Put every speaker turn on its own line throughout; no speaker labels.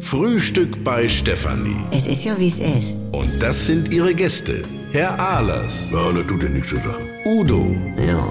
Frühstück bei Stefanie.
Es ist ja, wie es ist.
Und das sind ihre Gäste. Herr Ahlers,
Ja, das tut ja nichts zu sagen.
Udo
Ja,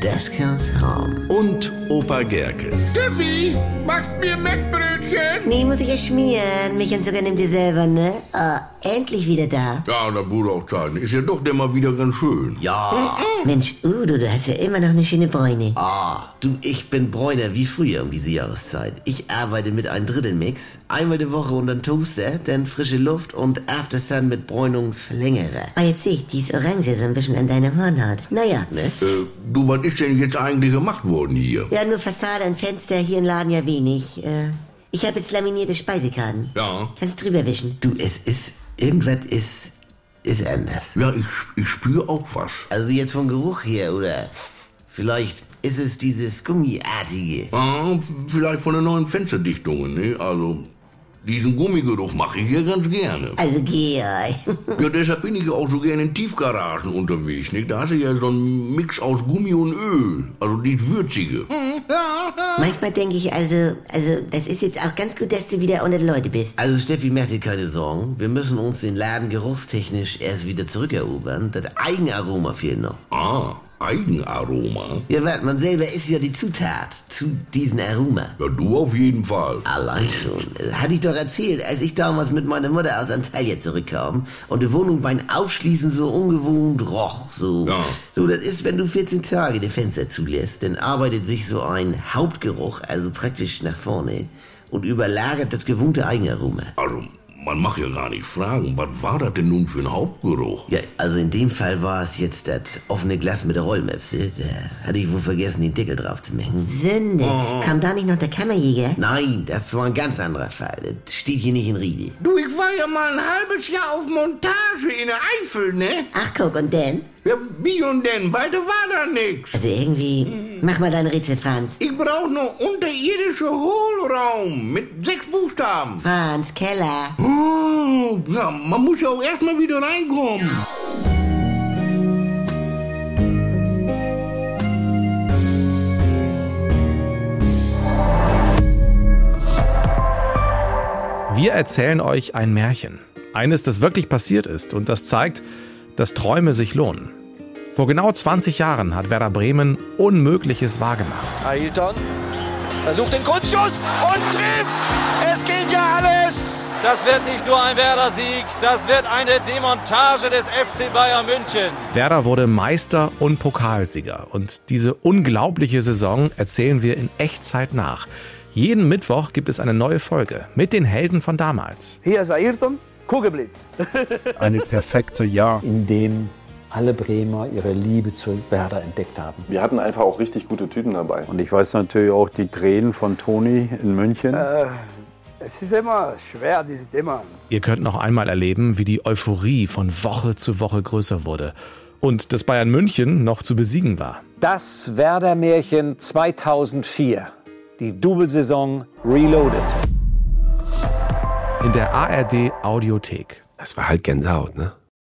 das kann's haben.
und Opa Gerke.
Steffi, machst mir Mettbrötchen?
Nee, muss ich ja schmieren. Mich und sogar nimmt ihr selber, ne? Oh, endlich wieder da.
Ja, da wurde auch Zeit. Ist ja doch der mal wieder ganz schön.
Ja,
Mensch, Udo, du hast ja immer noch eine schöne Bräune.
ah, du, ich bin bräuner wie früher um diese Jahreszeit. Ich arbeite mit einem Drittelmix, einmal die Woche unter dem Toaster, dann frische Luft und After Sun mit Bräunungsverlängerer.
Oh, jetzt seh ich, die ist orange, so ein bisschen an deiner Hornhaut. Naja.
Ne?
Äh, du, was ist denn jetzt eigentlich gemacht worden hier?
Ja, nur Fassade und Fenster, hier im Laden ja wenig. Äh, ich habe jetzt laminierte Speisekarten.
Ja.
Kannst drüber wischen.
Du, es ist, irgendwas ist, ist anders.
Ja, ich, ich spüre auch was.
Also jetzt vom Geruch her, oder vielleicht ist es dieses Gummiartige.
Ja, vielleicht von den neuen Fensterdichtungen, ne? Also, diesen Gummigeruch mache ich ja ganz gerne.
Also Georg.
Ja, deshalb bin ich ja auch so gerne in Tiefgaragen unterwegs, ne? Da hast du ja so einen Mix aus Gummi und Öl. Also, dieses Würzige.
Manchmal denke ich also, also das ist jetzt auch ganz gut, dass du wieder unter die Leute bist.
Also Steffi, mach dir keine Sorgen. Wir müssen uns den Laden geruchstechnisch erst wieder zurückerobern. Das Eigenaroma fehlt noch.
Ah, Eigenaroma.
Ja, warte, man selber ist ja die Zutat zu diesen Aroma.
Ja, du auf jeden Fall.
Allein schon. Äh, Hatte ich doch erzählt, als ich damals mit meiner Mutter aus Antalya zurückkam und die Wohnung beim Aufschließen so ungewohnt roch. So,
Ja.
so das ist, wenn du 14 Tage die Fenster zulässt, dann arbeitet sich so ein Hauptgeruch, also praktisch nach vorne, und überlagert das gewohnte Eigenaroma.
Also, man mag ja gar nicht fragen, was war das denn nun für ein Hauptgeruch?
Ja, also in dem Fall war es jetzt das offene Glas mit der Rollmöpse. Da hatte ich wohl vergessen, den Deckel drauf zu machen.
Sünde. Kam da nicht noch der Kammerjäger?
Nein, das war ein ganz anderer Fall. Das steht hier nicht in Riede.
Du, ich war ja mal ein halbes Jahr auf Montage in der Eifel, ne?
Ach guck, und denn?
Ja, wie und denn? Weiter war da nix.
Also irgendwie, mach mal dein Rätsel, Franz.
Ich brauch noch unterirdische Hohlraum mit sechs Buchstaben.
Franz Keller.
Oh, ja, man muss ja auch erstmal wieder reinkommen.
Wir erzählen euch ein Märchen. Eines, das wirklich passiert ist und das zeigt, dass Träume sich lohnen. Vor genau 20 Jahren hat Werder Bremen Unmögliches wahrgemacht.
Ailton versucht den Grundschuss und trifft. Es gilt ja alles.
Das wird nicht nur ein Werder-Sieg, das wird eine Demontage des FC Bayern München.
Werder wurde Meister und Pokalsieger. Und diese unglaubliche Saison erzählen wir in Echtzeit nach. Jeden Mittwoch gibt es eine neue Folge mit den Helden von damals.
Hier ist Ayrton, Kugelblitz.
eine perfekte Jahr.
in dem alle Bremer ihre Liebe zu Werder entdeckt haben.
Wir hatten einfach auch richtig gute Typen dabei.
Und ich weiß natürlich auch die Tränen von Toni in München.
Es ist immer schwer, diese Thema.
Ihr könnt noch einmal erleben, wie die Euphorie von Woche zu Woche größer wurde und dass Bayern München noch zu besiegen war.
Das Werder-Märchen 2004. Die Doublesaison Reloaded.
In der ARD Audiothek.
Das war halt Gänsehaut, ne?